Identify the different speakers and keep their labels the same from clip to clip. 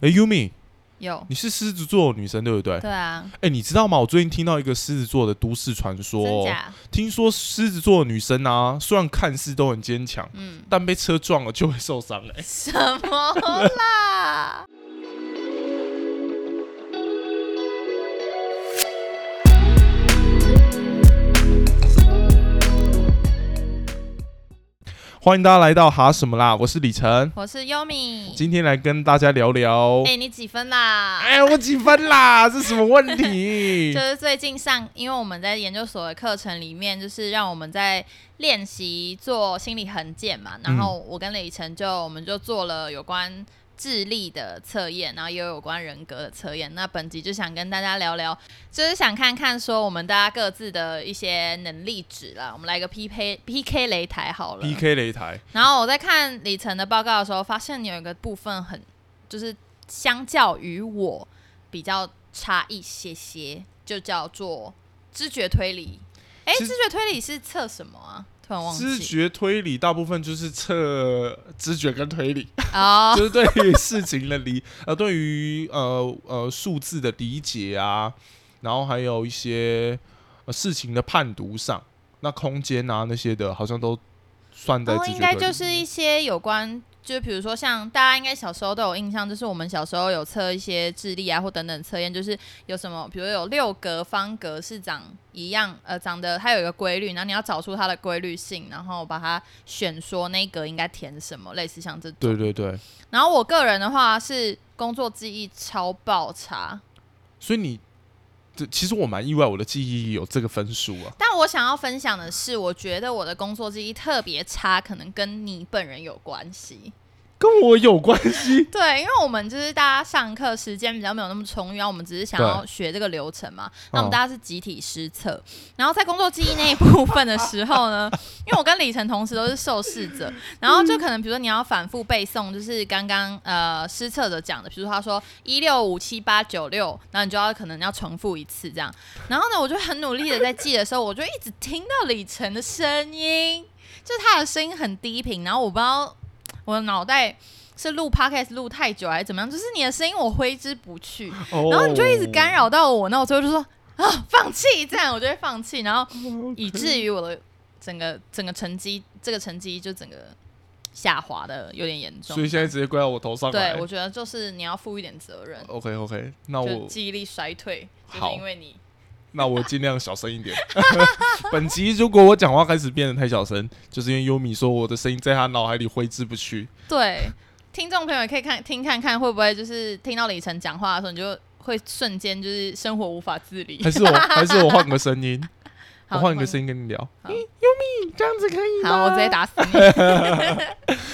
Speaker 1: 哎、y u m i
Speaker 2: 有，
Speaker 1: 你是狮子座女生对不对？
Speaker 2: 对啊，
Speaker 1: 哎、你知道吗？我最近听到一个狮子座的都市传说
Speaker 2: 真
Speaker 1: 哦、
Speaker 2: 假？
Speaker 1: 听说狮子座的女生啊，虽然看似都很坚强，
Speaker 2: 嗯，
Speaker 1: 但被车撞了就会受伤、哎，
Speaker 2: 什么啦？
Speaker 1: 欢迎大家来到哈什么啦，我是李晨，
Speaker 2: 我是优米。
Speaker 1: 今天来跟大家聊聊。
Speaker 2: 哎、你几分啦？
Speaker 1: 哎、我几分啦？这什么问
Speaker 2: 就
Speaker 1: 题？
Speaker 2: 是最近上，因为我们在研究所的课程里面，就是让我们在练习做心理横件嘛。然后我跟李晨就我们就做了有关智力的测验，然后也有有关人格的测验。那本集就想跟大家聊聊，就是想看看说我们大家各自的一些能力值啦。我们来个 PK PK 擂台好了。
Speaker 1: PK 擂台，
Speaker 2: 然后我在看李晨的报告的时候，发现你有一个部分很，就是相较于我比较差一些些，就叫做知觉推理。哎，
Speaker 1: 知
Speaker 2: 知觉推理是测什么啊？突然忘
Speaker 1: 知
Speaker 2: 记
Speaker 1: 觉推理大部分就是测知觉跟推理，
Speaker 2: 哦，
Speaker 1: 就是对于事情的理呃，对于呃呃数字的理解啊，然后还有一些、呃、事情的判读上，那空间啊那些的，好像都算在
Speaker 2: 然
Speaker 1: 知觉
Speaker 2: 后哦应
Speaker 1: 推
Speaker 2: 该
Speaker 1: 理
Speaker 2: 就。是一些有关，就比如说像大家应该小时候都有印象，就是我们小时候有测一些智力啊或等等测验，就是有什么，比如有六格方格是长一样，呃，长得它有一个规律，然后你要找出它的规律性，然后把它选说那一格应该填什么，类似像这种。
Speaker 1: 对对对，
Speaker 2: 然后我个人的话是工作记忆超爆差，
Speaker 1: 所以你这其实我蛮意外，我的记忆有这个分数啊。
Speaker 2: 但我想要分享的是，我觉得我的工作记忆特别差，可能跟你本人有关系。。
Speaker 1: 跟我有关系
Speaker 2: 对，因为我们就是大家上课时间比较没有那么充裕，然后我们只是想要学这个流程嘛。那我们大家是集体失策，然后在工作记忆那一部分的时候呢，因为我跟李晨同时都是受试者，然后就可能比如说你要反复背诵，就是刚刚呃失策者讲的，比如说他说一六五七八九六，然后你就要可能要重复一次这样。然后呢，我就很努力的在记的时候，我就一直听到李晨的声音，就是他的声音很低频，然后我不知道我的脑袋。是录 podcast 录太久还是怎么样？就是你的声音我挥之不去，然后你就一
Speaker 1: 哦
Speaker 2: 直干扰到我，那我最后就说啊，放弃，这样我就会放弃，然后以至于我的整个整个成绩，这个成绩就整个下滑的有点严重。
Speaker 1: 所以现在直接怪到我头上来。
Speaker 2: 对，我觉得就是你要负一点责任，
Speaker 1: OK OK，那
Speaker 2: 就
Speaker 1: 我
Speaker 2: 记忆力衰退，就是
Speaker 1: 好
Speaker 2: 因为你
Speaker 1: 那我尽量小声一点。 本集如果我讲话开始变得太小声，就是因为优米说我的声音在他脑海里挥之不 去。
Speaker 2: 对听众朋友也可以看听看看会不会就是听到李晨讲话的时候，你就会瞬间就是生活无法自理
Speaker 1: 还。是我，还是我换个声音，哎我
Speaker 2: 好
Speaker 1: 换一
Speaker 2: 你
Speaker 1: 个
Speaker 2: 换
Speaker 1: 声音跟你聊。
Speaker 2: 好
Speaker 1: 优米这样子可以
Speaker 2: 好，我直接打死你。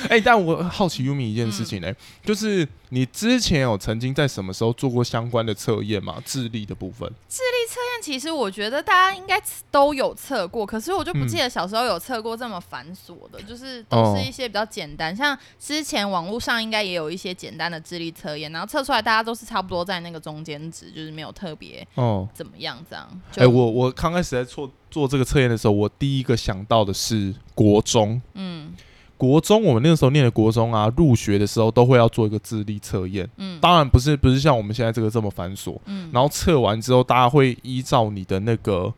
Speaker 1: 哎、但我好奇优米一件事情呢、
Speaker 2: 嗯
Speaker 1: 就是你之前有曾经在什么时候做过相关的测验吗？智力的部分，
Speaker 2: 但其实我觉得大家应该都有测过，可是我
Speaker 1: 嗯
Speaker 2: 就不记得小时候有测过这么繁琐的，就是都
Speaker 1: 哦
Speaker 2: 是一些比较简单，像之前网络上应该也有一些简单的智力测验，然后测出来大家都是差不多在那个中间值，就是没有特别
Speaker 1: 哦、
Speaker 2: 怎么样这样。
Speaker 1: 哎、
Speaker 2: 就
Speaker 1: 我我刚开始在做做这个测验的时候，我第一个想到的是国中。
Speaker 2: 嗯
Speaker 1: 国中我们那个时候念的国中啊，入学的时候都会要做一个智力测验，
Speaker 2: 嗯
Speaker 1: 当然不是不是像我们现在这个这么繁琐。
Speaker 2: 嗯，
Speaker 1: 然后测完之后，大家会依照你的那个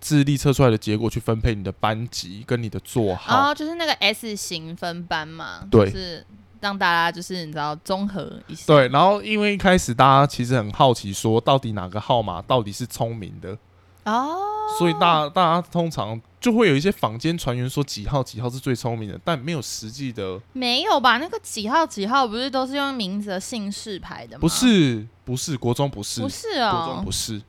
Speaker 1: 智力测出来的结果去分配你的班级跟你的座号。
Speaker 2: 然后哦就是那个 S 型分班嘛，
Speaker 1: 对
Speaker 2: 就是让大家就是你知道综合一下，
Speaker 1: 对，然后因为一开始大家其实很好奇，说到底哪个号码到底是聪明的，
Speaker 2: 哦，
Speaker 1: 所以大大家通常就会有一些坊间传言说几号几号是最聪明的，但没有实际的，
Speaker 2: 没有吧？那个几号几号不是都是用名字的姓氏排的吗？
Speaker 1: 不是不是国中不是
Speaker 2: 不是
Speaker 1: 国
Speaker 2: 哦
Speaker 1: 中，不是，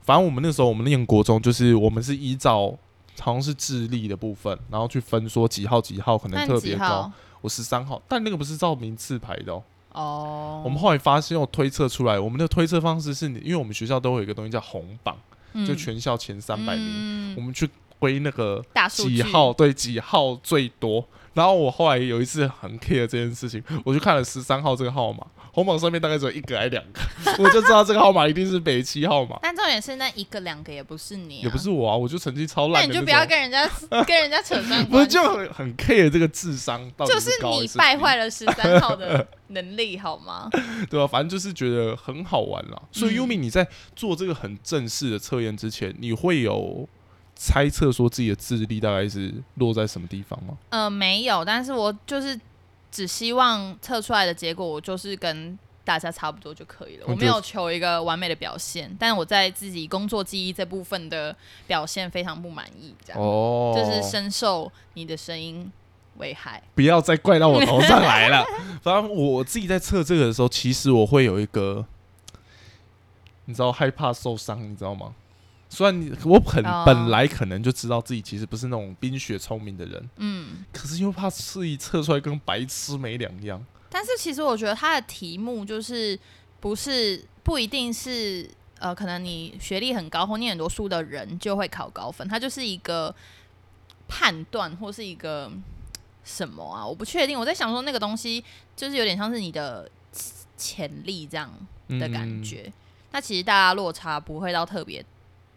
Speaker 1: 反正我们那时候我们念国中，就是我们是依照好像是智力的部分，然后去分说几号几号可能
Speaker 2: 那
Speaker 1: 特
Speaker 2: 你
Speaker 1: 别
Speaker 2: 几
Speaker 1: 高
Speaker 2: 号。？
Speaker 1: 我十三号，但那个不是照名次排的哦。
Speaker 2: 哦，
Speaker 1: 我们后来发现，我推测出来，我们的推测方式是你，因为我们学校都会有一个东西叫红榜，
Speaker 2: 嗯
Speaker 1: 就全校前三百名，
Speaker 2: 名
Speaker 1: 我们去归那个
Speaker 2: 大嗯数
Speaker 1: 几
Speaker 2: 据
Speaker 1: 号对几号最多。然后我后来有一次很 care 这件事情，我就看了十三号这个号码，红榜上面大概只有一个还两个， 我就知道这个号码一定是北七号码，
Speaker 2: 但重点是那一个两个也不是你、啊，
Speaker 1: 也不是我啊，我就成绩超
Speaker 2: 那
Speaker 1: 烂
Speaker 2: 你
Speaker 1: 的
Speaker 2: 就
Speaker 1: 种。
Speaker 2: 不要跟 人家跟人家扯上
Speaker 1: 不是
Speaker 2: 关系
Speaker 1: 就。很很 care 这个智商到底
Speaker 2: 就是
Speaker 1: 高还
Speaker 2: 你
Speaker 1: 是
Speaker 2: 败
Speaker 1: 低
Speaker 2: 坏了十三号 的能力，好吗？
Speaker 1: 对啊吧、反正就是觉得很好玩啦。所以
Speaker 2: 嗯
Speaker 1: Yumi，你在做这个很正式的测验之前，你会有猜测说自己的智力大概是落在什么地方吗？
Speaker 2: 呃，没有，但是我就是只希望测出来的结果，我就是跟大家差不多就可以了。
Speaker 1: 嗯
Speaker 2: 我没
Speaker 1: 就
Speaker 2: 有求一个完美的表现，但我在自己工作记忆这部分的表现非常不满意，啊这样、
Speaker 1: 哦
Speaker 2: 就是深受你的声音危害。
Speaker 1: 不要再怪到我头上来 了。反正我自己在测这个的时候，其实我会有一个，你知道害怕受伤，你知道吗？虽然你我很、
Speaker 2: 哦
Speaker 1: 本来可能就知道自己其实不是那种冰雪聪明的人，
Speaker 2: 嗯，
Speaker 1: 可是又怕自己测出来跟白痴没两样。
Speaker 2: 但是其实我觉得它的题目就是不是不一定是呃，可能你学历很高或念很多书的人就会考高分，它就是一个判断或是一个嗯什么啊，我不确定。我在想说那个东西就是有点像是你的潜力这样的感
Speaker 1: 嗯
Speaker 2: 觉。那其实大家落差不会到特别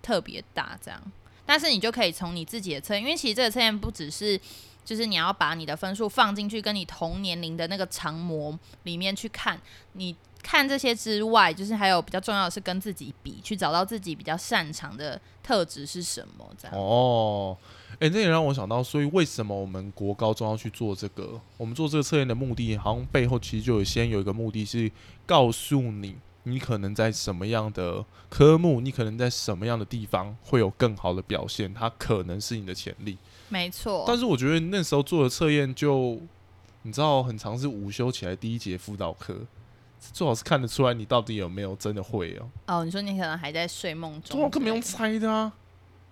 Speaker 2: 特别大这样，但是你就可以从你自己的测验，因为其实这个测验不只是就是你要把你的分数放进去，跟你同年龄的那个长模里面去看，你看这些之外，就是还有比较重要的是跟自己比，去找到自己比较擅长的特质是什么这样。
Speaker 1: 哦，哎、这也让我想到，所以为什么我们国高中要去做这个？我们做这个测验的目的，好像背后其实就有先有一个目的是告诉你，你可能在什么样的科目，你可能在什么样的地方会有更好的表现，它可能是你的潜力。
Speaker 2: 没错
Speaker 1: 但，是我觉得那时候做的测验就，你知道，很常是午休起来第一节辅导课。最好是看得出来你到底有没有真的会哦、
Speaker 2: 哦，你说你可能还在睡梦
Speaker 1: 这种
Speaker 2: 中之
Speaker 1: 更不
Speaker 2: 类
Speaker 1: 用
Speaker 2: 的，
Speaker 1: 猜的啊！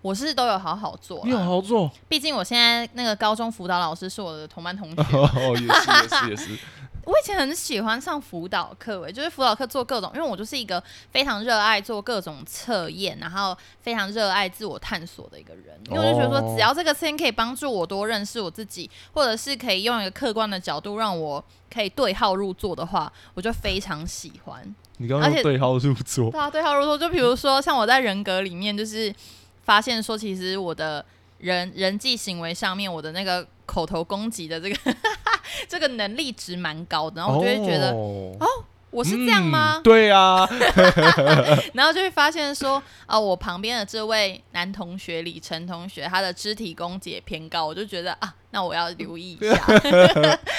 Speaker 2: 我是都有好好做啦，
Speaker 1: 你有啊好好做
Speaker 2: 毕竟我现在那个高中辅导老师是我的同班同学，
Speaker 1: 哦，也是也是也是，
Speaker 2: 我以前很喜欢上辅导课，诶，就是辅导课做各种，因为我就是一个非常热爱做各种测验，然后非常热爱自我探索的一个人。因为我就觉得
Speaker 1: 哦
Speaker 2: 说，只要这个测验可以帮助我多认识我自己，或者是可以用一个客观的角度让我可以对号入座的话，我就非常喜欢。
Speaker 1: 你刚刚
Speaker 2: 而
Speaker 1: 用
Speaker 2: 且
Speaker 1: 对号入座，
Speaker 2: 对啊，对号入座。就比如说，像我在人格里面，就是发现说，其实我的人人际行为上面，我的那个口头攻击的这个 这个能力值蛮高的，然后我就会觉得。
Speaker 1: 哦，
Speaker 2: 我是这样吗？
Speaker 1: 嗯对 啊，
Speaker 2: 然后就会发现说，啊、我旁边的这位男同学李晨同学，他的肢体攻击也偏高，我就觉得啊，那我要留意一 下。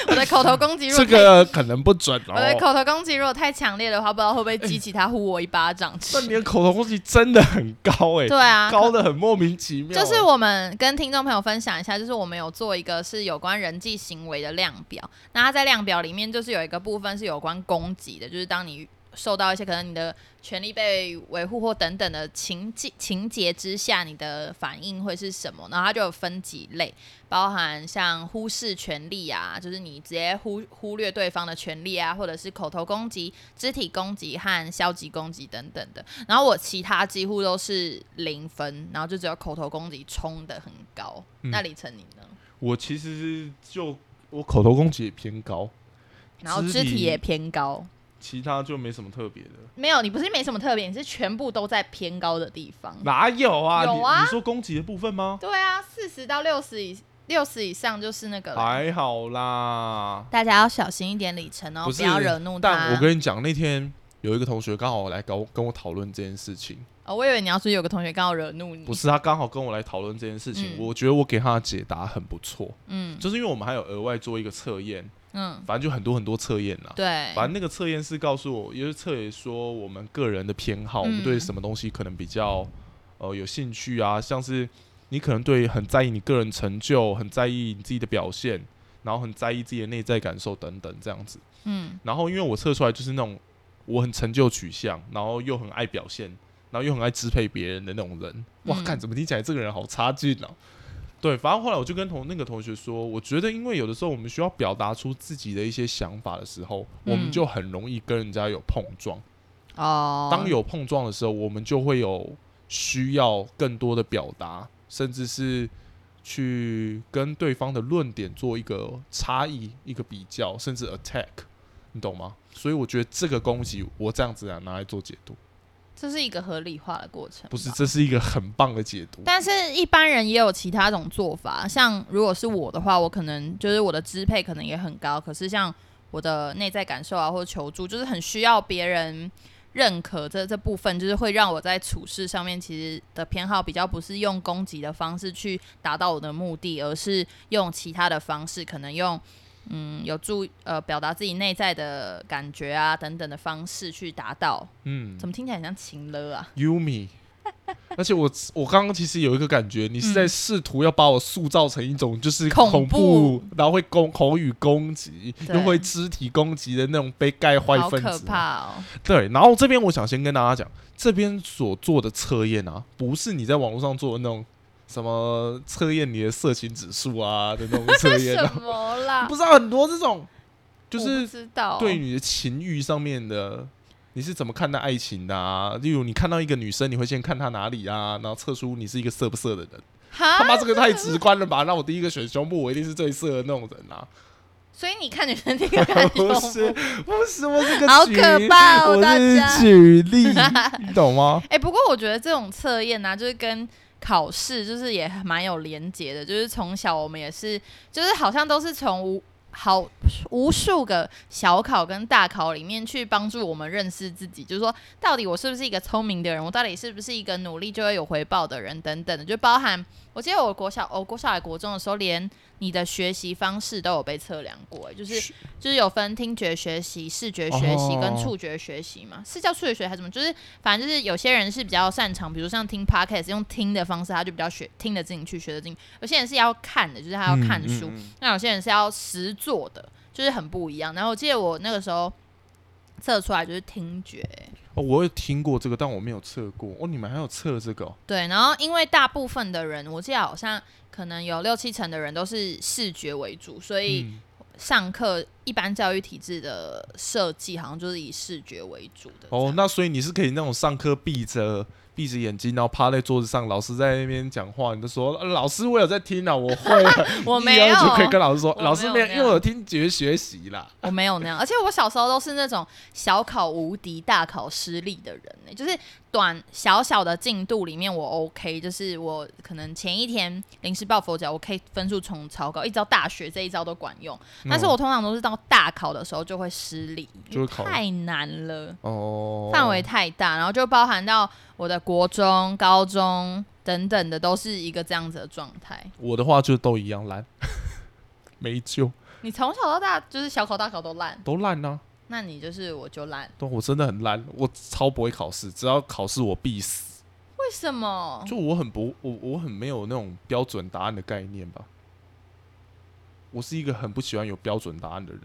Speaker 2: 我的口头攻击如
Speaker 1: 这
Speaker 2: 果太，
Speaker 1: 个可能不准
Speaker 2: 我的
Speaker 1: 哦。
Speaker 2: 口头攻击如果太强烈的话，不知道会不会激起他呼我一巴掌之
Speaker 1: 但
Speaker 2: 类
Speaker 1: 你
Speaker 2: 的。
Speaker 1: 的口头攻击真的很高哎、
Speaker 2: 对啊，
Speaker 1: 高的很莫名其妙、欸
Speaker 2: 就是我们跟听众朋友分享一下，就是我们有做一个是有关人际行为的量表，那它在量表里面就是有一个部分是有关攻击的，就是当你受到一些可能你的权利被维护或等等的情境情节之下，你的反应会是什么？然后它就有分几类，包含像忽视权利啊，就是你直接忽忽略对方的权利啊，或者是口头攻击、肢体攻击和消极攻击等等的。然后我其他几乎都是零分，然后就只有口头攻击冲的很高。
Speaker 1: 嗯
Speaker 2: 那李晨你呢？
Speaker 1: 我其实是就我口头攻击也偏高，
Speaker 2: 然后
Speaker 1: 肢
Speaker 2: 肢
Speaker 1: 体
Speaker 2: 体也偏高，
Speaker 1: 其他就没什么特别的。
Speaker 2: 没有，你不是没什么特别，你是全部都在偏高的地方。
Speaker 1: 哪有啊？
Speaker 2: 有
Speaker 1: 你
Speaker 2: 啊
Speaker 1: 你说攻击的部分吗？
Speaker 2: 对啊，四十到六十以六十以上就是那个了。
Speaker 1: 还好啦，
Speaker 2: 大家要小心一点，李晨哦，
Speaker 1: 不是
Speaker 2: 要惹怒他。
Speaker 1: 但我跟你讲，那天有一个同学刚好来跟我跟我讨论这件事情，
Speaker 2: 哦，我以为你要说有个同学刚好惹怒你。
Speaker 1: 不是他刚好跟我来讨论这件事情，
Speaker 2: 嗯
Speaker 1: 我觉得我给他的解答很不错，
Speaker 2: 嗯
Speaker 1: 就是因为我们还有额外做一个测验，
Speaker 2: 嗯，
Speaker 1: 反正就很多很多测验啦。
Speaker 2: 对，
Speaker 1: 反正那个测验是告诉我，也是测也说我们个人的偏好，
Speaker 2: 嗯
Speaker 1: 我们对什么东西可能比较呃有兴趣啊，像是你可能对很在意你个人成就，很在意你自己的表现，然后很在意自己的内在感受等等这样子。
Speaker 2: 嗯
Speaker 1: 然后因为我测出来就是那种我很成就取向，然后又很爱表现，然后又很爱支配别人的那种人。哇，
Speaker 2: 嗯
Speaker 1: 看怎么听起来这个人好差劲哦、对，反正后来我就跟同那个同学说，我觉得因为有的时候我们需要表达出自己的一些想法的时候，我们
Speaker 2: 嗯
Speaker 1: 就很容易跟人家有碰撞。
Speaker 2: 哦，
Speaker 1: 当有碰撞的时候，我们就会有需要更多的表达，甚至是去跟对方的论点做一个差异、一个比较，甚至 attack。你懂吗？所以我觉得这个攻击我这样子啊拿来做解读，
Speaker 2: 这是一个合理化的过程吧，
Speaker 1: 不是这是一个很棒的解读。
Speaker 2: 但是，一般人也有其他种做法，像如果是我的话，我可能就是我的支配可能也很高，可是像我的内在感受啊，或者求助，就是很需要别人认可这这部分，就是会让我在处事上面其实的偏好比较不是用攻击的方式去达到我的目的，而是用其他的方式，可能用嗯有助呃表达自己内在的感觉啊等等的方式去达到。
Speaker 1: 嗯
Speaker 2: 怎么听起来很像情勒啊？
Speaker 1: ，Yumi，而且我我刚刚其实有一个感觉，你是在试图要把我塑造成一种就是
Speaker 2: 嗯恐
Speaker 1: 恐
Speaker 2: 怖
Speaker 1: 然后会攻口语攻击，
Speaker 2: 对
Speaker 1: 又会肢体攻击的那种被盖坏
Speaker 2: 好
Speaker 1: 分
Speaker 2: 可
Speaker 1: 子。
Speaker 2: 怕哦！
Speaker 1: 对，然后这边我想先跟大家讲，这边所做的测验啊，不是你在网络上做的那种什么测验你的色情指数啊的那种 测验、
Speaker 2: 什
Speaker 1: 啊，
Speaker 2: 么啦？
Speaker 1: 不是、啊、很多这种，就
Speaker 2: 我
Speaker 1: 是
Speaker 2: 不知道
Speaker 1: 对你的情欲上面的，你是怎么看待爱情的啊？例如你看到一个女生，你会先看她哪里啊，然后测出你是一个色不色的人。他
Speaker 2: 哈，
Speaker 1: 妈这个太直观了吧？那我第一个选胸部，我一定是最色的那种人 啊！
Speaker 2: 所以你看女生第一个看 胸
Speaker 1: 不
Speaker 2: 部
Speaker 1: 是，不是，我这个
Speaker 2: 哎好
Speaker 1: 举
Speaker 2: 可怕哦
Speaker 1: 我
Speaker 2: 大
Speaker 1: 是
Speaker 2: 家
Speaker 1: 举例，你懂吗？
Speaker 2: 哎、不过我觉得这种测验呢、就是跟考试就是也蛮有连结的，就是从小我们也是，就是好像都是从无好无数个小考跟大考里面去帮助我们认识自己，就是说到底我是不是一个聪明的人，我到底是不是一个努力就会有回报的人等等的，就包含我记得我国小我国小还国中的时候，连你的学习方式都有被测量过，欸就是
Speaker 1: 学
Speaker 2: 就是有分听觉学习、视觉学习跟
Speaker 1: 哦
Speaker 2: 触觉学习嘛，是叫触觉学习还是什么？就是反正就是有些人是比较擅长，比如像听 podcast 用听的方式，他就比较学听得进去、学得进去；有些人是要看的，就是他
Speaker 1: 嗯
Speaker 2: 要看书；那有些人是要实做的，就是很不一样。然后我记得我那个时候测出来就是听觉，
Speaker 1: 哦，我有听过这个，但我没有测过。哦，你们还有测这个、哦？
Speaker 2: 对，然后因为大部分的人，我记得好像可能有六七成的人都是视觉为主，所以
Speaker 1: 嗯，
Speaker 2: 上课一般教育体制的设计好像就是以视觉为主的这样。
Speaker 1: 哦，那所以你是可以那种上课闭着闭着眼睛，然后趴在桌子上，老师在那边讲话，你就说、呃老师我有在听啊，我会啊，
Speaker 2: 我
Speaker 1: 一
Speaker 2: 没
Speaker 1: 样就
Speaker 2: 有
Speaker 1: 可以跟老师说，
Speaker 2: 我
Speaker 1: 老师
Speaker 2: 没
Speaker 1: 没
Speaker 2: 有
Speaker 1: 有，
Speaker 2: 那
Speaker 1: 因为我
Speaker 2: 样
Speaker 1: 有听觉学习啦。
Speaker 2: 我没有那样，而且我小时候都是那种小考无敌、大考失利的人呢、就是短小小的进度里面我 OK，就是我可能前一天临时抱佛脚，我可以分数从超高一直到大学这一招都管用，但是我通常都是到大考的时候就会失利，
Speaker 1: 嗯就会考
Speaker 2: 太难了，
Speaker 1: 哦，
Speaker 2: 范围太大，然后就包含到我的国中、高中等等的都是一个这样子的状态。
Speaker 1: 我的话就都一样烂， 没救，
Speaker 2: 你从小到大就是小考大考都烂，
Speaker 1: 都烂啊，
Speaker 2: 那你就是我就烂，
Speaker 1: 都我真的很烂，我超不会考试，只要考试我必死。
Speaker 2: 为什么？
Speaker 1: 就我很不，我我很没有那种标准答案的概念吧。我是一个很不喜欢有标准答案的人。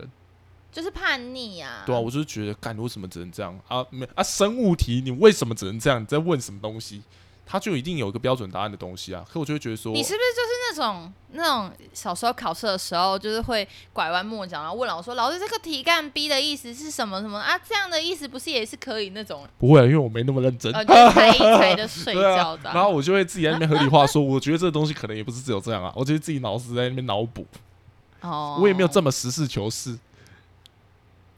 Speaker 2: 就是叛逆啊。
Speaker 1: 对啊，我就是觉得，干，你为什么只能这样啊？没啊，生物题你为什么只能这样？你在问什么东西？它就一定有一个标准答案的东西啊。可我就会觉得说，
Speaker 2: 你是不是就是那种那种小时候考试的时候，就是会拐弯抹角，然后问老师说：“老师，这个题干 B 的意思是什么什么啊？这样的意思不是也是可以那种
Speaker 1: 不会啊，因为我没那么认真。
Speaker 2: 呃，就是猜一猜的 睡
Speaker 1: 对啊
Speaker 2: 觉的啊、
Speaker 1: 然后我就会自己在那边合理化说，我觉得这个东西可能也不是只有这样啊，我觉得自己脑子在那边脑补，
Speaker 2: 哦，
Speaker 1: 我也没有。这么实事求是。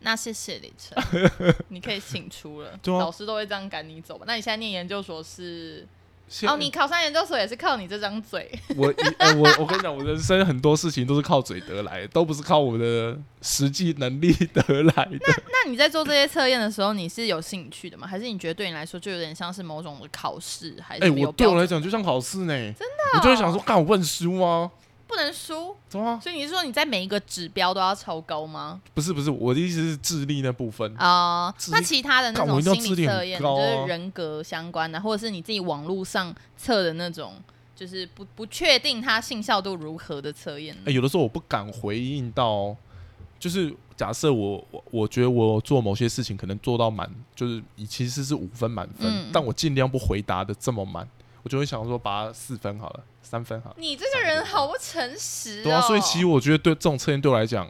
Speaker 2: 那谢谢李 晨，你可以请出了。
Speaker 1: 对啊
Speaker 2: 老师都会这样赶你走吧？那你现在念研究所是？
Speaker 1: 现
Speaker 2: 哦，你考上研究所也是靠你这张嘴。
Speaker 1: 我一呃我我跟你讲，我人生很多事情都是靠嘴得来的，都不是靠我的实际能力得来的。
Speaker 2: 那你在做这些测验的时候，你是有兴趣的吗？还是你觉得对你来说就有点像是某种的考试？还是
Speaker 1: 哎、
Speaker 2: 没有
Speaker 1: 我对我
Speaker 2: 标
Speaker 1: 来
Speaker 2: 准
Speaker 1: 讲就像考试呢，真
Speaker 2: 哦
Speaker 1: 的我就会想说，干我问书吗？
Speaker 2: 不能输？
Speaker 1: 怎啊么啊？
Speaker 2: 所以你是说你在每一个指标都要超高吗？
Speaker 1: 不是不是，我的意思是智力那部分。
Speaker 2: 啊、
Speaker 1: 智力
Speaker 2: 那其他的
Speaker 1: 嗯
Speaker 2: 那
Speaker 1: 干我
Speaker 2: 种
Speaker 1: 一定要
Speaker 2: 心
Speaker 1: 智
Speaker 2: 理
Speaker 1: 力很
Speaker 2: 测验，
Speaker 1: 高
Speaker 2: 就
Speaker 1: 啊
Speaker 2: 是人格相关的，或者是你自己网络上测的那种，就是不不确定它信效度如何的测验呢。
Speaker 1: 哎、有的时候我不敢回应到，就是假设我我我觉得我做某些事情可能做到满，就是以其实是五分满分，
Speaker 2: 嗯
Speaker 1: 但我尽量不回答的这么满，我就会想说把它四分好了，三分好了。
Speaker 2: 你这个人好不诚实哦。
Speaker 1: 对啊，所以其实我觉得对这种测验对我来讲，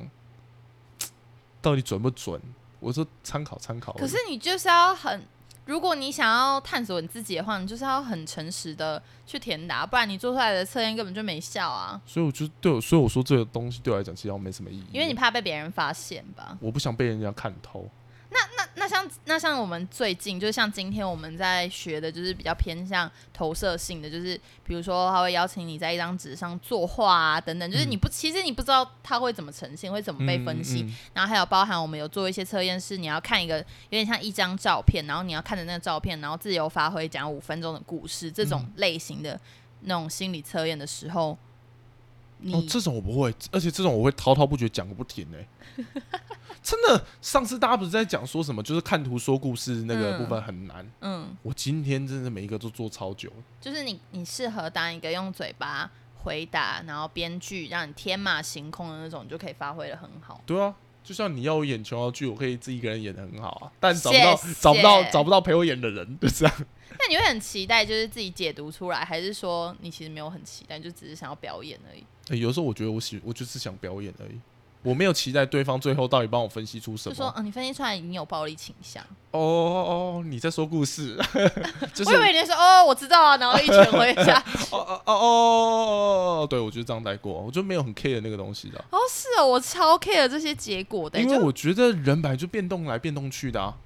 Speaker 1: 到底准不准，我说参考参考而已。
Speaker 2: 可是你就是要很，如果你想要探索你自己的话，你就是要很诚实的去填答，不然你做出来的测验根本就没效啊。
Speaker 1: 所以我就对我，所以我说这个东西对我来讲其实没什么意义，
Speaker 2: 因为你怕被别人发现吧？
Speaker 1: 我不想被人家看透。
Speaker 2: 那那那像那像我们最近，就是像今天我们在学的，就是比较偏向投射性的，就是比如说他会邀请你在一张纸上作画啊等等，就是你不、其实你不知道他会怎么呈现，会怎么被分析。
Speaker 1: 嗯嗯
Speaker 2: 然后还有包含我们有做一些测验，是你要看一个有点像一张照片，然后你要看着那个照片，然后自由发挥讲五分钟的故事这
Speaker 1: 嗯
Speaker 2: 种类型的那种心理测验的时候，你、
Speaker 1: 哦，这种我不会，而且这种我会滔滔不绝讲个不停呢、欸 真的，上次大家不是在讲说什么，就是看图说故事那个部分很难。
Speaker 2: 嗯，
Speaker 1: 我今天真的每一个都做超久，
Speaker 2: 就是你你适合当一个用嘴巴回答，然后编剧让你天马行空的那种，你就可以发挥的很好。
Speaker 1: 对啊，就像你要我演琼瑶剧，我可以自己一个人演的很好啊，但找不到
Speaker 2: 谢谢
Speaker 1: 找不到找不到陪我演的人，就这样。
Speaker 2: 那你会很期待，就是自己解读出来，还是说你其实没有很期待，你就只是想要表演而已？
Speaker 1: 欸有时候我觉得我喜，我就是想表演而已，我没有期待对方最后到底帮我分析出什
Speaker 2: 就
Speaker 1: 么。
Speaker 2: 说，嗯、你分析出来你有暴力倾向。
Speaker 1: 哦哦哦，你在说故事， 就是
Speaker 2: 我以为你会说，哦，我知道啊，然后一拳回一下。
Speaker 1: 哦哦哦哦哦，对我就是这样带过，我就没有很 care 那个东西的，
Speaker 2: 哦，是哦，我超 care 这些结果的、
Speaker 1: 因为
Speaker 2: 就
Speaker 1: 我觉得人本来就变动来变动去的啊。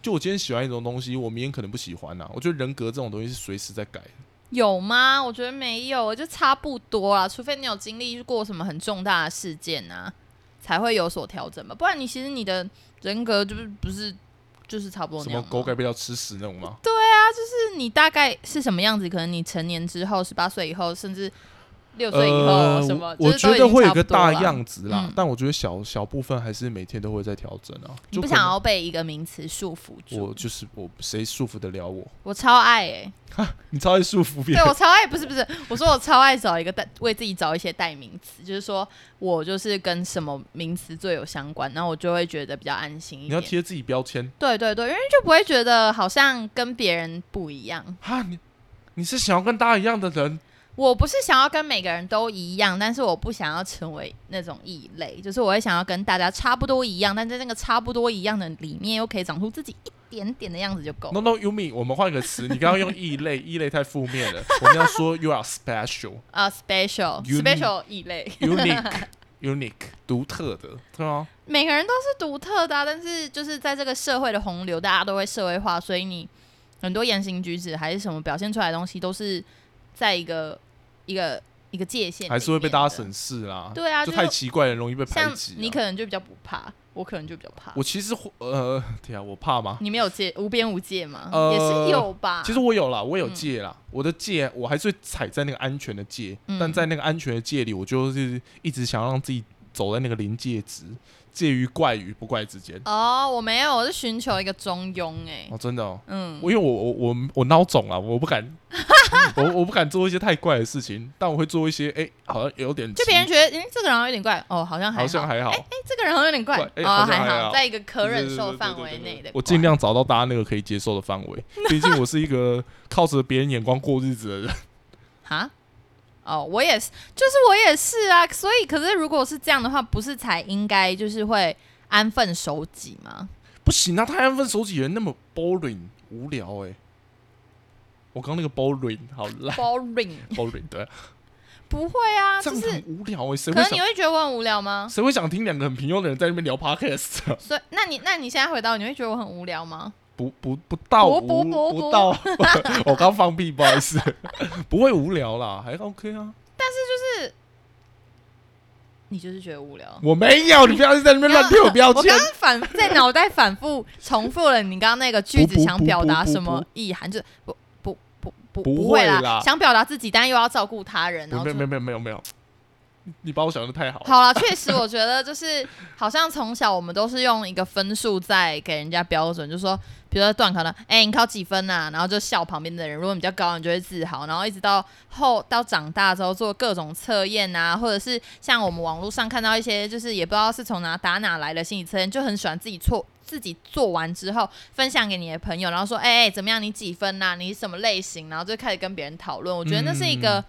Speaker 1: 就我今天喜欢一种东西，我明天可能不喜欢啊呐、我觉得人格这种东西是随时在改的。
Speaker 2: 有吗？我觉得没有，就差不多啦。除非你有经历过什么很重大的事件啊，才会有所调整吧。不然你其实你的人格就是不是就是差不多
Speaker 1: 什么
Speaker 2: 那样吗。啊
Speaker 1: 狗改不了吃屎那种吗？
Speaker 2: 就是你大概是什么样子？可能你成年之后，十八岁以后，甚至六岁以后、
Speaker 1: 呃，
Speaker 2: 什么，
Speaker 1: 我我
Speaker 2: 就
Speaker 1: 觉
Speaker 2: 是都已
Speaker 1: 得
Speaker 2: 经
Speaker 1: 会有
Speaker 2: 差
Speaker 1: 个
Speaker 2: 不多
Speaker 1: 大
Speaker 2: 了。
Speaker 1: 样子啦，
Speaker 2: 嗯
Speaker 1: 但我觉得小小部分还是每天都会在调整啊。
Speaker 2: 你
Speaker 1: 就
Speaker 2: 不
Speaker 1: 可能
Speaker 2: 想要被一个名词束缚住，
Speaker 1: 我
Speaker 2: 我
Speaker 1: 就是我，谁束缚得了我？
Speaker 2: 超爱哎、
Speaker 1: 你超爱束缚别
Speaker 2: 对
Speaker 1: 人
Speaker 2: 我，超爱，不是不是，我说我超爱找一个代，为自己找一些代名词，就是说我就是跟什么名词最有相关，然后我就会觉得比较安心一
Speaker 1: 你要
Speaker 2: 点。
Speaker 1: 贴自己标签
Speaker 2: 对对对，因为就不会觉得好像跟别人不一样。
Speaker 1: 啊！你你是想要跟大家一样的人，
Speaker 2: 我不是想要跟每个人都一样，但是我不想要成为那种异类，就是我会想要跟大家差不多一样，但在那个差不多一样的里面，又可以长出自己一点点的样子就够了。
Speaker 1: No no, you mean 我们换一个词，你刚刚用异类，异类太负面了，我们要说 you are special,
Speaker 2: 啊、s p e c i a l
Speaker 1: Unique
Speaker 2: special 异类，
Speaker 1: unique, unique，独特的，对啊吗？
Speaker 2: 每个人都是独特的啊、但是就是在这个社会的洪流，大家都会社会化，所以你很多言行举止还是什么表现出来的东西，都是在一个一个一个界限，
Speaker 1: 还是会被大家。审视啦。
Speaker 2: 对啊，
Speaker 1: 就
Speaker 2: 就
Speaker 1: 太
Speaker 2: 是
Speaker 1: 奇怪了，容易被排
Speaker 2: 像
Speaker 1: 挤啊、
Speaker 2: 你可能就比较不怕，我可能就比较怕。
Speaker 1: 我其实会呃，天啊，我怕吗？
Speaker 2: 你没有戒无边无界吗？
Speaker 1: 呃
Speaker 2: 也是有吧。
Speaker 1: 其实我有啦，我有戒啦，我的戒我还是会踩在那个安全的界，
Speaker 2: 嗯
Speaker 1: 但在那个安全的界里，我就是一直想让自己走在那个临界值，介于怪与不怪之间。
Speaker 2: 哦，我没有，我是寻求一个中庸哎、
Speaker 1: 哦，真的哦，
Speaker 2: 嗯，
Speaker 1: 我因为我我我我孬种啊，我不敢， 我我不敢做一些太怪的事情，但我会做一些哎、好像有点
Speaker 2: 就别人觉得，嗯，这个人好像有点怪，哦，好像还
Speaker 1: 好像还好，
Speaker 2: 哎、这个人好像有点怪，
Speaker 1: 怪哎
Speaker 2: 哦，
Speaker 1: 好像还
Speaker 2: 好，
Speaker 1: 好
Speaker 2: 在一个可
Speaker 1: 对对
Speaker 2: 忍
Speaker 1: 对
Speaker 2: 受
Speaker 1: 对
Speaker 2: 范
Speaker 1: 对
Speaker 2: 围
Speaker 1: 对对
Speaker 2: 内的怪。
Speaker 1: 我尽量找到大家那个可以接受的范 围，毕竟我是一个靠着别人眼光过日子的人。
Speaker 2: 哈。哦，我也是，就是我也是啊，所以可是如果是这样的话，不是才应该就是会安分守己吗？
Speaker 1: 不行啊，太安分守己人那么 boring 无聊哎、我刚那个 boring 好 烂
Speaker 2: boring，
Speaker 1: ，boring 对，啊
Speaker 2: 不会啊，
Speaker 1: 这样
Speaker 2: 就是
Speaker 1: 很无聊哎、谁
Speaker 2: 可
Speaker 1: 会
Speaker 2: 是你
Speaker 1: 想
Speaker 2: 会觉得我很无聊吗？
Speaker 1: 谁会想听两个很平庸的人在那边聊 podcast？啊、
Speaker 2: 所以，那你那你现在回答我，你会觉得我很无聊吗？
Speaker 1: 不不不到
Speaker 2: 不
Speaker 1: 无
Speaker 2: 不不不
Speaker 1: 到， 我刚放屁，不好意思， 不会无聊啦，还 OK 啊，
Speaker 2: 你就是觉得无聊。
Speaker 1: 我没有，你不要在那边 乱贴我标
Speaker 2: 我
Speaker 1: 签
Speaker 2: 刚。刚反在脑袋反复重复了你刚刚那个句子
Speaker 1: 不不
Speaker 2: 想表达
Speaker 1: 不不
Speaker 2: 什么
Speaker 1: 不
Speaker 2: 意涵，就是不不不不
Speaker 1: 不
Speaker 2: 不
Speaker 1: 会
Speaker 2: 会啦
Speaker 1: 啦，
Speaker 2: 想表达自己，但又要照顾他人，然后
Speaker 1: 没有
Speaker 2: 就
Speaker 1: 没有没有没有没有，你把我想的太好了。
Speaker 2: 好啦，确实，我觉得就是好像从小我们都是用一个分数在给人家标准，就说，比如说段考呢，哎、你考几分啊？然后就笑旁边的人，如果你比较高，你就会自豪。然后一直到后到长大之后做各种测验啊，或者是像我们网络上看到一些，就是也不知道是从哪打哪来的心理测验，就很喜欢自己错。自己做完之后分享给你的朋友，然后说：“哎、哎怎么样？你几分呐、你什么类型？”然后就开始跟别人讨论。我觉得那是一个，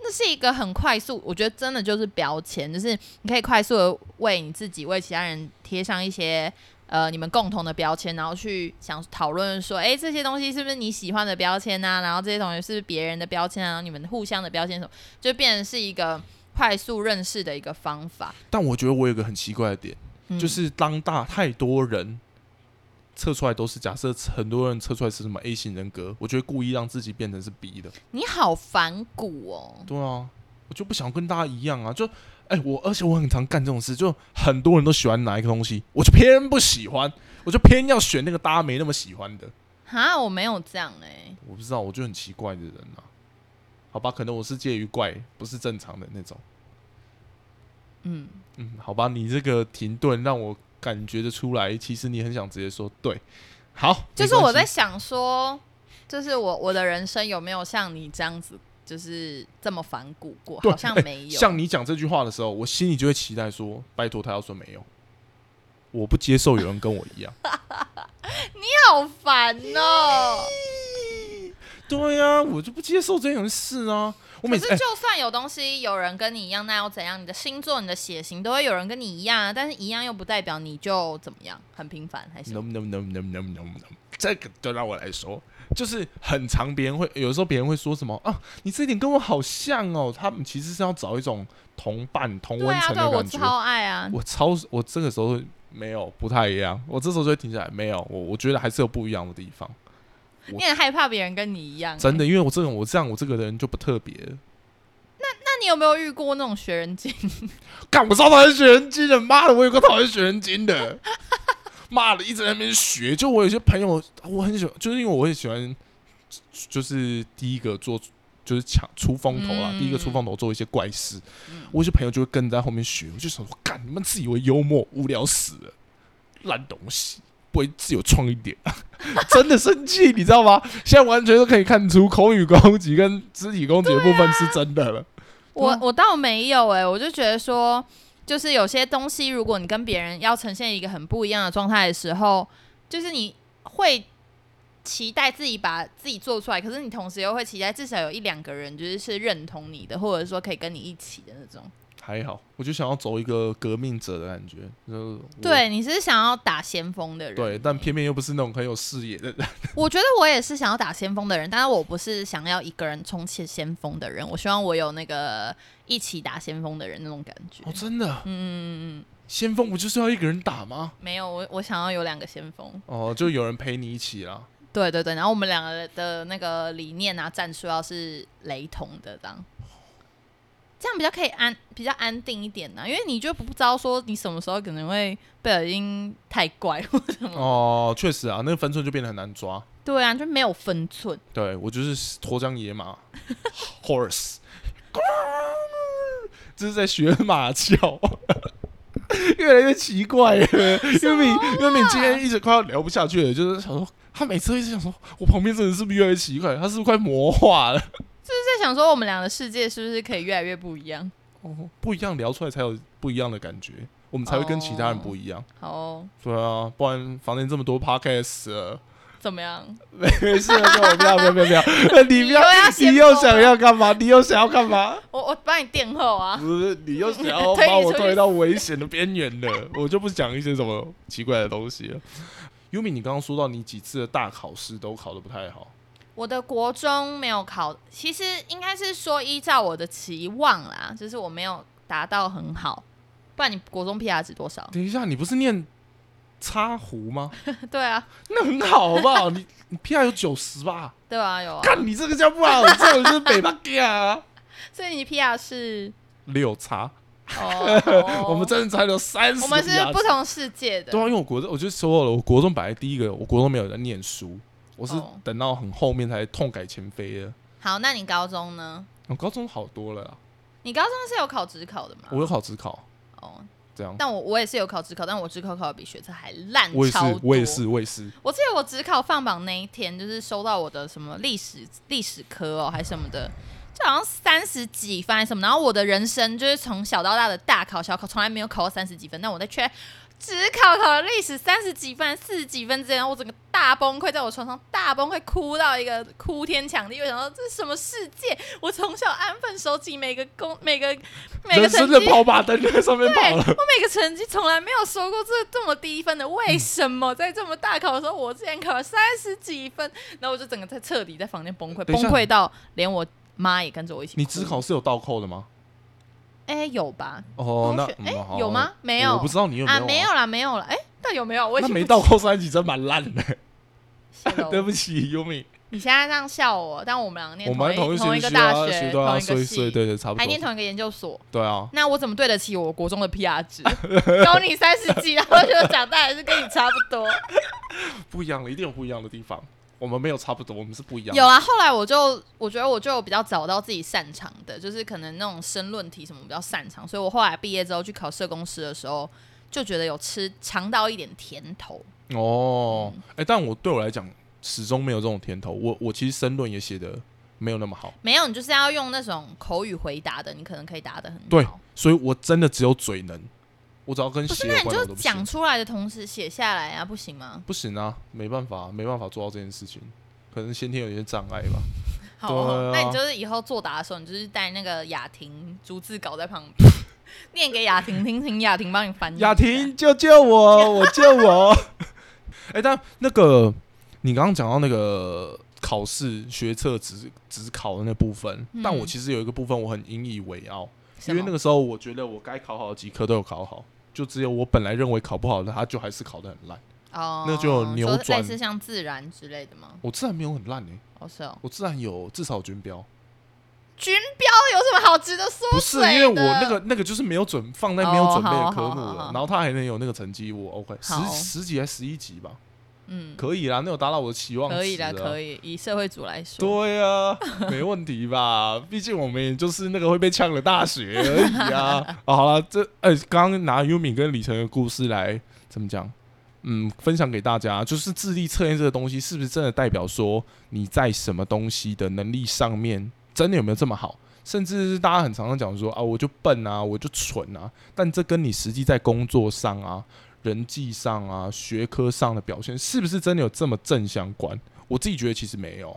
Speaker 2: 那是一个很快速，我觉得真的就是标签，就是你可以快速的为你自己、为其他人贴上一些呃你们共同的标签，然后去想讨论说，哎、这些东西是不是你喜欢的标签啊？然后这些同学是不是别人的标签啊？然后你们互相的标签什么，就变成是一个快速认识的一个方法。
Speaker 1: 但我觉得我有一个很奇怪的点，
Speaker 2: 嗯、
Speaker 1: 就是当大太多人测出来都是假设很多人测出来是什么 A 型人格，我觉得故意让自己变成是 B 的。
Speaker 2: 你好反骨哦，
Speaker 1: 对啊，我就不想跟大家一样啊，就哎、我而且我很常干这种事，就很多人都喜欢哪一个东西，我就偏不喜欢，我就偏要选那个大家没那么喜欢的。
Speaker 2: 哈，我没有这样哎、
Speaker 1: 我不知道，我就很奇怪的人啊。好吧，可能我是介于怪，不是正常的那种。
Speaker 2: 嗯，
Speaker 1: 嗯，好吧，你这个停顿让我感觉得出来，其实你很想直接说对。好，
Speaker 2: 就是我在
Speaker 1: 没关系
Speaker 2: 想说，就是我我的人生有没有像你这样子，就是这么反骨过？
Speaker 1: 对
Speaker 2: 好像
Speaker 1: 哎
Speaker 2: 没有。
Speaker 1: 像你讲这句话的时候，我心里就会期待说，拜托他要说没有，我不接受有人跟我一样。
Speaker 2: 好烦哦、
Speaker 1: 对呀、我就不接受这种事啊！我
Speaker 2: 可
Speaker 1: 每
Speaker 2: 是
Speaker 1: 次哎、
Speaker 2: 就算有东西有人跟你一样，那又怎样？你的星座、你的血型都会有人跟你一样啊，但是一样又不代表你就怎么样，很平凡还是？
Speaker 1: 能能能能能能能，这个就让我来说，就是很长，别人会有时候别人会说什么啊，你这点跟我好像哦，他们其实是要找一种同伴同
Speaker 2: 对
Speaker 1: 温
Speaker 2: 啊，
Speaker 1: 层
Speaker 2: 对
Speaker 1: 的
Speaker 2: 我
Speaker 1: 感觉。
Speaker 2: 超爱啊！
Speaker 1: 我超我这个时候没有不太一样，我这时候就会停下来，没有我我觉得还是有不一样的地方，我
Speaker 2: 你很害怕别人跟你一样、
Speaker 1: 真
Speaker 2: 的？
Speaker 1: 的，因为我这种我这样我这个人就不特别了。
Speaker 2: 那你有没有遇过那种学人精？
Speaker 1: 干，我超讨厌学人精的，妈的，我有个讨厌学人精的， 妈的，一直在那边学。就我有些朋友，我很喜欢，就是因为我很喜欢，就是第一个做，就是抢出风头啦，
Speaker 2: 嗯
Speaker 1: 第一个出风头做一些怪事。我有些朋友就会跟在后面学，我就想说，干，你们自以为幽默，无聊死了，烂东西。不会自有创意点，啊 真的生气，你知道吗？现在完全都可以看出口语攻击跟肢体攻击的部分是真的了。啊
Speaker 2: 我我倒没有哎、我就觉得说，就是有些东西，如果你跟别人要呈现一个很不一样的状态的时候，就是你会期待自己把自己做出来，可是你同时又会期待至少有一两个人就是是认同你的，或者说可以跟你一起的那种。
Speaker 1: 还好，我就想要走一个革命者的感觉，就是我
Speaker 2: 对，你是想要打先锋的人、
Speaker 1: 嗯对，但偏偏又不是那种很有视野的 人。
Speaker 2: 我觉得我也是想要打先锋的人，但是我不是想要一个人冲刺先锋的人，我希望我有那个一起打先锋的人那种感觉。
Speaker 1: 哦，真的，
Speaker 2: 嗯嗯嗯嗯，
Speaker 1: 先锋不就是要一个人打吗？
Speaker 2: 没有，我我想要有两个先锋。
Speaker 1: 哦，就有人陪你一起啦。
Speaker 2: 对对对，然后我们两个的那个理念啊、战术要是雷同的，这样，这样比较可以安比较安定一点呢、啊因为你就不知道说你什么时候可能会不小心太怪或者什么，
Speaker 1: 哦，确实啊，那个分寸就变得很难抓。
Speaker 2: 对啊，就没有分寸。
Speaker 1: 对我就是脱缰野 马，horse，这是在学马叫， 越来越奇怪了。因为
Speaker 2: 啊
Speaker 1: 因为你今天一直快要聊不下去了，就是想说他每次都一直想说，我旁边这个人是不是越来越奇怪？他是不是快魔化了？
Speaker 2: 就是在想说，我们俩的世界是不是可以越来越不一样？
Speaker 1: 哦，不一样聊出来才有不一样的感觉，我们才会跟其他人不一样。
Speaker 2: 好哦、
Speaker 1: 对啊，不然房间这么多 podcast，了
Speaker 2: 怎么样？
Speaker 1: 没事了，跟我不要不要不要不要，你不要
Speaker 2: 你又要先
Speaker 1: 你又
Speaker 2: 疯
Speaker 1: 想
Speaker 2: 了
Speaker 1: 要干嘛？你又想要干嘛？
Speaker 2: 我我帮你垫后啊。
Speaker 1: 不是，你又想 要
Speaker 2: 推你
Speaker 1: 把我
Speaker 2: 出
Speaker 1: 推
Speaker 2: 去
Speaker 1: 到危险的 边缘了，我就不讲一些什么奇怪的东西了。优米，你刚刚说到你几次的大考试都考得不太好，
Speaker 2: 我的国中没有考，其实应该是说依照我的期望啦，就是我没有达到很好。不然你国中 PR 值多少？
Speaker 1: 等一下，你不是念插湖吗？
Speaker 2: 对啊，
Speaker 1: 那很好，好不好？你你 PR 有九十吧？
Speaker 2: 对啊，有啊。
Speaker 1: 干你这个叫不好，你这种就是北巴嘎啊！
Speaker 2: 所以你 PR 是
Speaker 1: 六叉，，
Speaker 2: 哦
Speaker 1: 我们真的才有三十。
Speaker 2: 我们是不。同世界的
Speaker 1: 对啊，因为我国中，我就说了，我国中本来第一个，我国中没有在念书，我是
Speaker 2: 哦
Speaker 1: 等到很后面才痛改前非的。
Speaker 2: 好，那你高中呢？
Speaker 1: 我高中好多了啦，
Speaker 2: 你高中是有考职考的吗？
Speaker 1: 我有考职考，
Speaker 2: 哦，
Speaker 1: 这样。
Speaker 2: 但我我也是有考职考，但我职考考的比学测还烂
Speaker 1: 我也是
Speaker 2: 超多。，
Speaker 1: 我也是，我也是。
Speaker 2: 我记得我只考放榜那一天，就是收到我的什么历史历史科哦，还是什么的，就好像三十几分还是什么。然后我的人生就是从小到大的大考小考，从来没有考过三十几分，但我在却只考考了历史三十几分、四十几分之间，然后我整个大崩溃，在我床上大崩溃，哭到一个哭天抢地。我想到这是什么世界？我从小安分守己，每个公每个每个
Speaker 1: 人
Speaker 2: 成
Speaker 1: 生
Speaker 2: 绩，
Speaker 1: 的跑马灯就在上面
Speaker 2: 对
Speaker 1: 跑
Speaker 2: 我
Speaker 1: 了，
Speaker 2: 每个成绩从来没有收过这这么低分的。为什么在这么大考的时候，我竟然考了三十几分？然后我就整个在彻底在房间崩溃，
Speaker 1: 等
Speaker 2: 崩
Speaker 1: 一下
Speaker 2: 溃到连我妈也跟着我一起哭。
Speaker 1: 你只考是有倒扣的吗？
Speaker 2: 哎、有吧？
Speaker 1: 哦，那
Speaker 2: 同学哎、
Speaker 1: 嗯好
Speaker 2: 有吗？没
Speaker 1: 我
Speaker 2: 有
Speaker 1: 不知道你有没
Speaker 2: 啊，
Speaker 1: 有
Speaker 2: 没有啦，没有啦。哎、但有没有？我已
Speaker 1: 那
Speaker 2: 经
Speaker 1: 没
Speaker 2: 不
Speaker 1: 倒
Speaker 2: 记
Speaker 1: 扣三级真蛮烂的，
Speaker 2: 谢了
Speaker 1: 对不起，Yumi，
Speaker 2: 你现在这样笑我，但我们两个念
Speaker 1: 我们
Speaker 2: 同
Speaker 1: 一
Speaker 2: 一
Speaker 1: 学
Speaker 2: 一个
Speaker 1: 系
Speaker 2: 大
Speaker 1: 啊，学对
Speaker 2: 同
Speaker 1: 啊，
Speaker 2: 一
Speaker 1: 所以
Speaker 2: 个
Speaker 1: 所
Speaker 2: 系
Speaker 1: 以，对对，差不
Speaker 2: 还念
Speaker 1: 多，
Speaker 2: 同一个研究所。
Speaker 1: 对啊，
Speaker 2: 那我怎么对得起我国中的 PR 值？ 高你三十几，然后觉得长大还是跟你差不多。
Speaker 1: 不一样了，一定有不一样的地方。我们没有差不多，我们是不一样的。
Speaker 2: 有啊，后来我就我觉得我就比较找到自己擅长的，就是可能那种申论题什么比较擅长，所以我后来毕业之后去考社工师的时候，就觉得有吃尝到一点甜头。
Speaker 1: 哦，
Speaker 2: 嗯
Speaker 1: 哎、但我对我来讲始终没有这种甜头。我我其实申论也写的没有那么好，
Speaker 2: 没有，你就是要用那种口语回答的，你可能可以答的很好。
Speaker 1: 对，所以我真的只有嘴能，我只要跟
Speaker 2: 不是，
Speaker 1: 写
Speaker 2: 那
Speaker 1: 有
Speaker 2: 你
Speaker 1: 关的我
Speaker 2: 就
Speaker 1: 都不
Speaker 2: 讲
Speaker 1: 行。
Speaker 2: 出来的同时写下来啊，不行吗？
Speaker 1: 不行啊，没办法，没办法做到这件事情，可能先天有一些障碍吧。
Speaker 2: 好哦、
Speaker 1: 对啊
Speaker 2: 那你就是以后作答的时候，你就是带那个雅婷逐字稿在旁 边念给雅婷听听，雅婷帮你翻译。
Speaker 1: 雅婷，救救我， 我救我！ 哎、但那个你刚刚讲到那个考试学测只只考的那部分，
Speaker 2: 嗯
Speaker 1: 但我其实有一个部分我很引以为傲，
Speaker 2: 什
Speaker 1: 因
Speaker 2: 么，
Speaker 1: 为那个时候我觉得我该考好的几科都有考好，就只有我本来认为考不好的，他就还是考得很烂。
Speaker 2: 哦，
Speaker 1: 那就有扭
Speaker 2: 说类
Speaker 1: 转
Speaker 2: 似像自然之类的吗？
Speaker 1: 我自然没有很烂诶、欸
Speaker 2: 哦，是哦，
Speaker 1: 我自然有至少有均标，
Speaker 2: 均标有什么好值得缩
Speaker 1: 不是
Speaker 2: 水
Speaker 1: 因
Speaker 2: 的？
Speaker 1: 为我那个那个就是没有准放在没有准备
Speaker 2: 哦好
Speaker 1: 的科目
Speaker 2: 好好
Speaker 1: 了
Speaker 2: 好，
Speaker 1: 然后他还能有那个成绩，我 OK 十
Speaker 2: 好
Speaker 1: 十几还十一级吧，
Speaker 2: 嗯，
Speaker 1: 可以啦，那有达到我的期望值啊，
Speaker 2: 可以的，可以，以社会组来说，
Speaker 1: 对啊， 没问题吧？毕竟我们也就是那个会被呛的大学而已啊。哦、好了，这呃，刚刚拿 Yumi 跟李晨的故事来怎么讲？嗯，分享给大家，就是智力测验这个东西，是不是真的代表说你在什么东西的能力上面真的有没有这么好？甚至是大家很常常讲说啊，我就笨啊，我就蠢啊，但这跟你实际在工作上啊、人际上啊、学科上的表现，是不是真的有这么正相关？我自己觉得其实没有。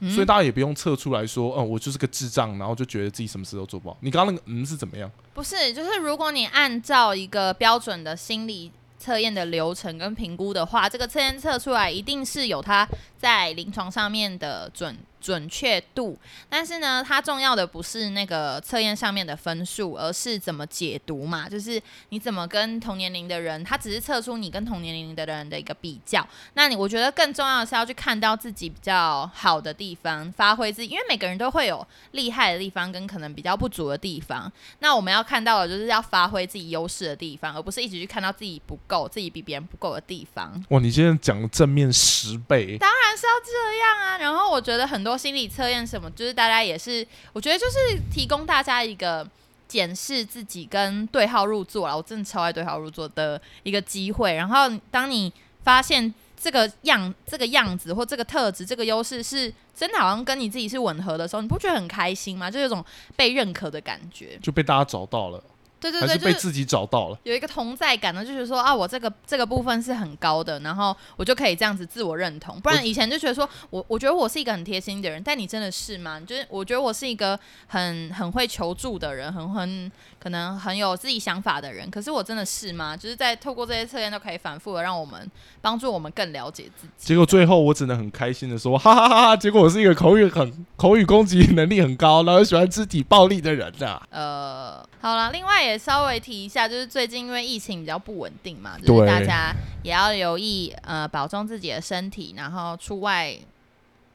Speaker 2: 嗯
Speaker 1: 所以大家也不用测出来说，嗯，我就是个智障，然后就觉得自己什么事都做不好。你刚刚那个嗯是怎么样？
Speaker 2: 不是，就是如果你按照一个标准的心理测验的流程跟评估的话，这个测验测出来一定是有它在临床上面的准准确度。但是呢，它重要的不是那个测验上面的分数，而是怎么解读嘛，就是你怎么跟同年龄的人，它只是测出你跟同年龄的人的一个比较。那你我觉得更重要的是要去看到自己比较好的地方，发挥自己，因为每个人都会有厉害的地方跟可能比较不足的地方。那我们要看到的就是要发挥自己优势的地方，而不是一直去看到自己不够、自己比别人不够的地方。
Speaker 1: 哇，你现在讲的正面十倍，
Speaker 2: 当然是要这样啊。然后我觉得很多心理测验什么，就是大家也是，我觉得就是提供大家一个检视自己跟对号入座啦。我真的超爱对号入座的一个机会。然后当你发现。这个样、这个样子或这个特质、这个优势是真的好像跟你自己是吻合的时候，你不觉得很开心吗？就有一种被认可的感觉。
Speaker 1: 就被大家找到了，
Speaker 2: 对对
Speaker 1: 还
Speaker 2: 对，
Speaker 1: 是
Speaker 2: 就是
Speaker 1: 被自己找到了？
Speaker 2: 有一个同在感呢，就是说啊，我这个这个部分是很高的，然后我就可以这样子自我认同。不然以前就觉得说我我觉得我是一个很贴心的人，但你真的是吗？就是我觉得我是一个很很会求助的人，很很可能很有自己想法的人，可是我真的是吗？就是在透过这些测验都可以反复的让我们帮助我们更了解自己。
Speaker 1: 结果最后我只能很开心的说， 哈哈哈哈！结果我是一个口语很口语攻击能力很高，然后又喜欢肢体暴力的人啊呐、
Speaker 2: 呃，好了，另外也稍微提一下，就是最近因为疫情比较不稳定嘛，就
Speaker 1: 对
Speaker 2: 是大家也要留意呃，保重自己的身体，然后出外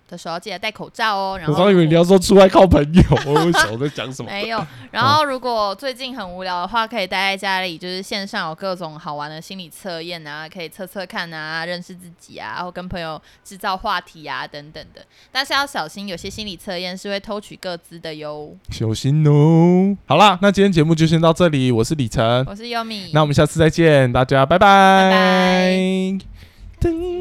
Speaker 2: 的时候记得戴口罩哦。然
Speaker 1: 我
Speaker 2: 后
Speaker 1: 刚以为你要说出来靠朋友，我想我在讲 什么？
Speaker 2: 没有，然后如果最近很无聊的话，可以待在家里，就是线上有各种好玩的心理测验啊，可以测测看啊，认识自己啊，然后跟朋友制造话题啊等等的。但是要小心，有些心理测验是会偷取各自的哟。
Speaker 1: 小心哦。好啦，那今天节目就先到这里，我是李晨，
Speaker 2: 我是优米，
Speaker 1: 那我们下次再见，大家拜拜。
Speaker 2: 拜
Speaker 1: 噔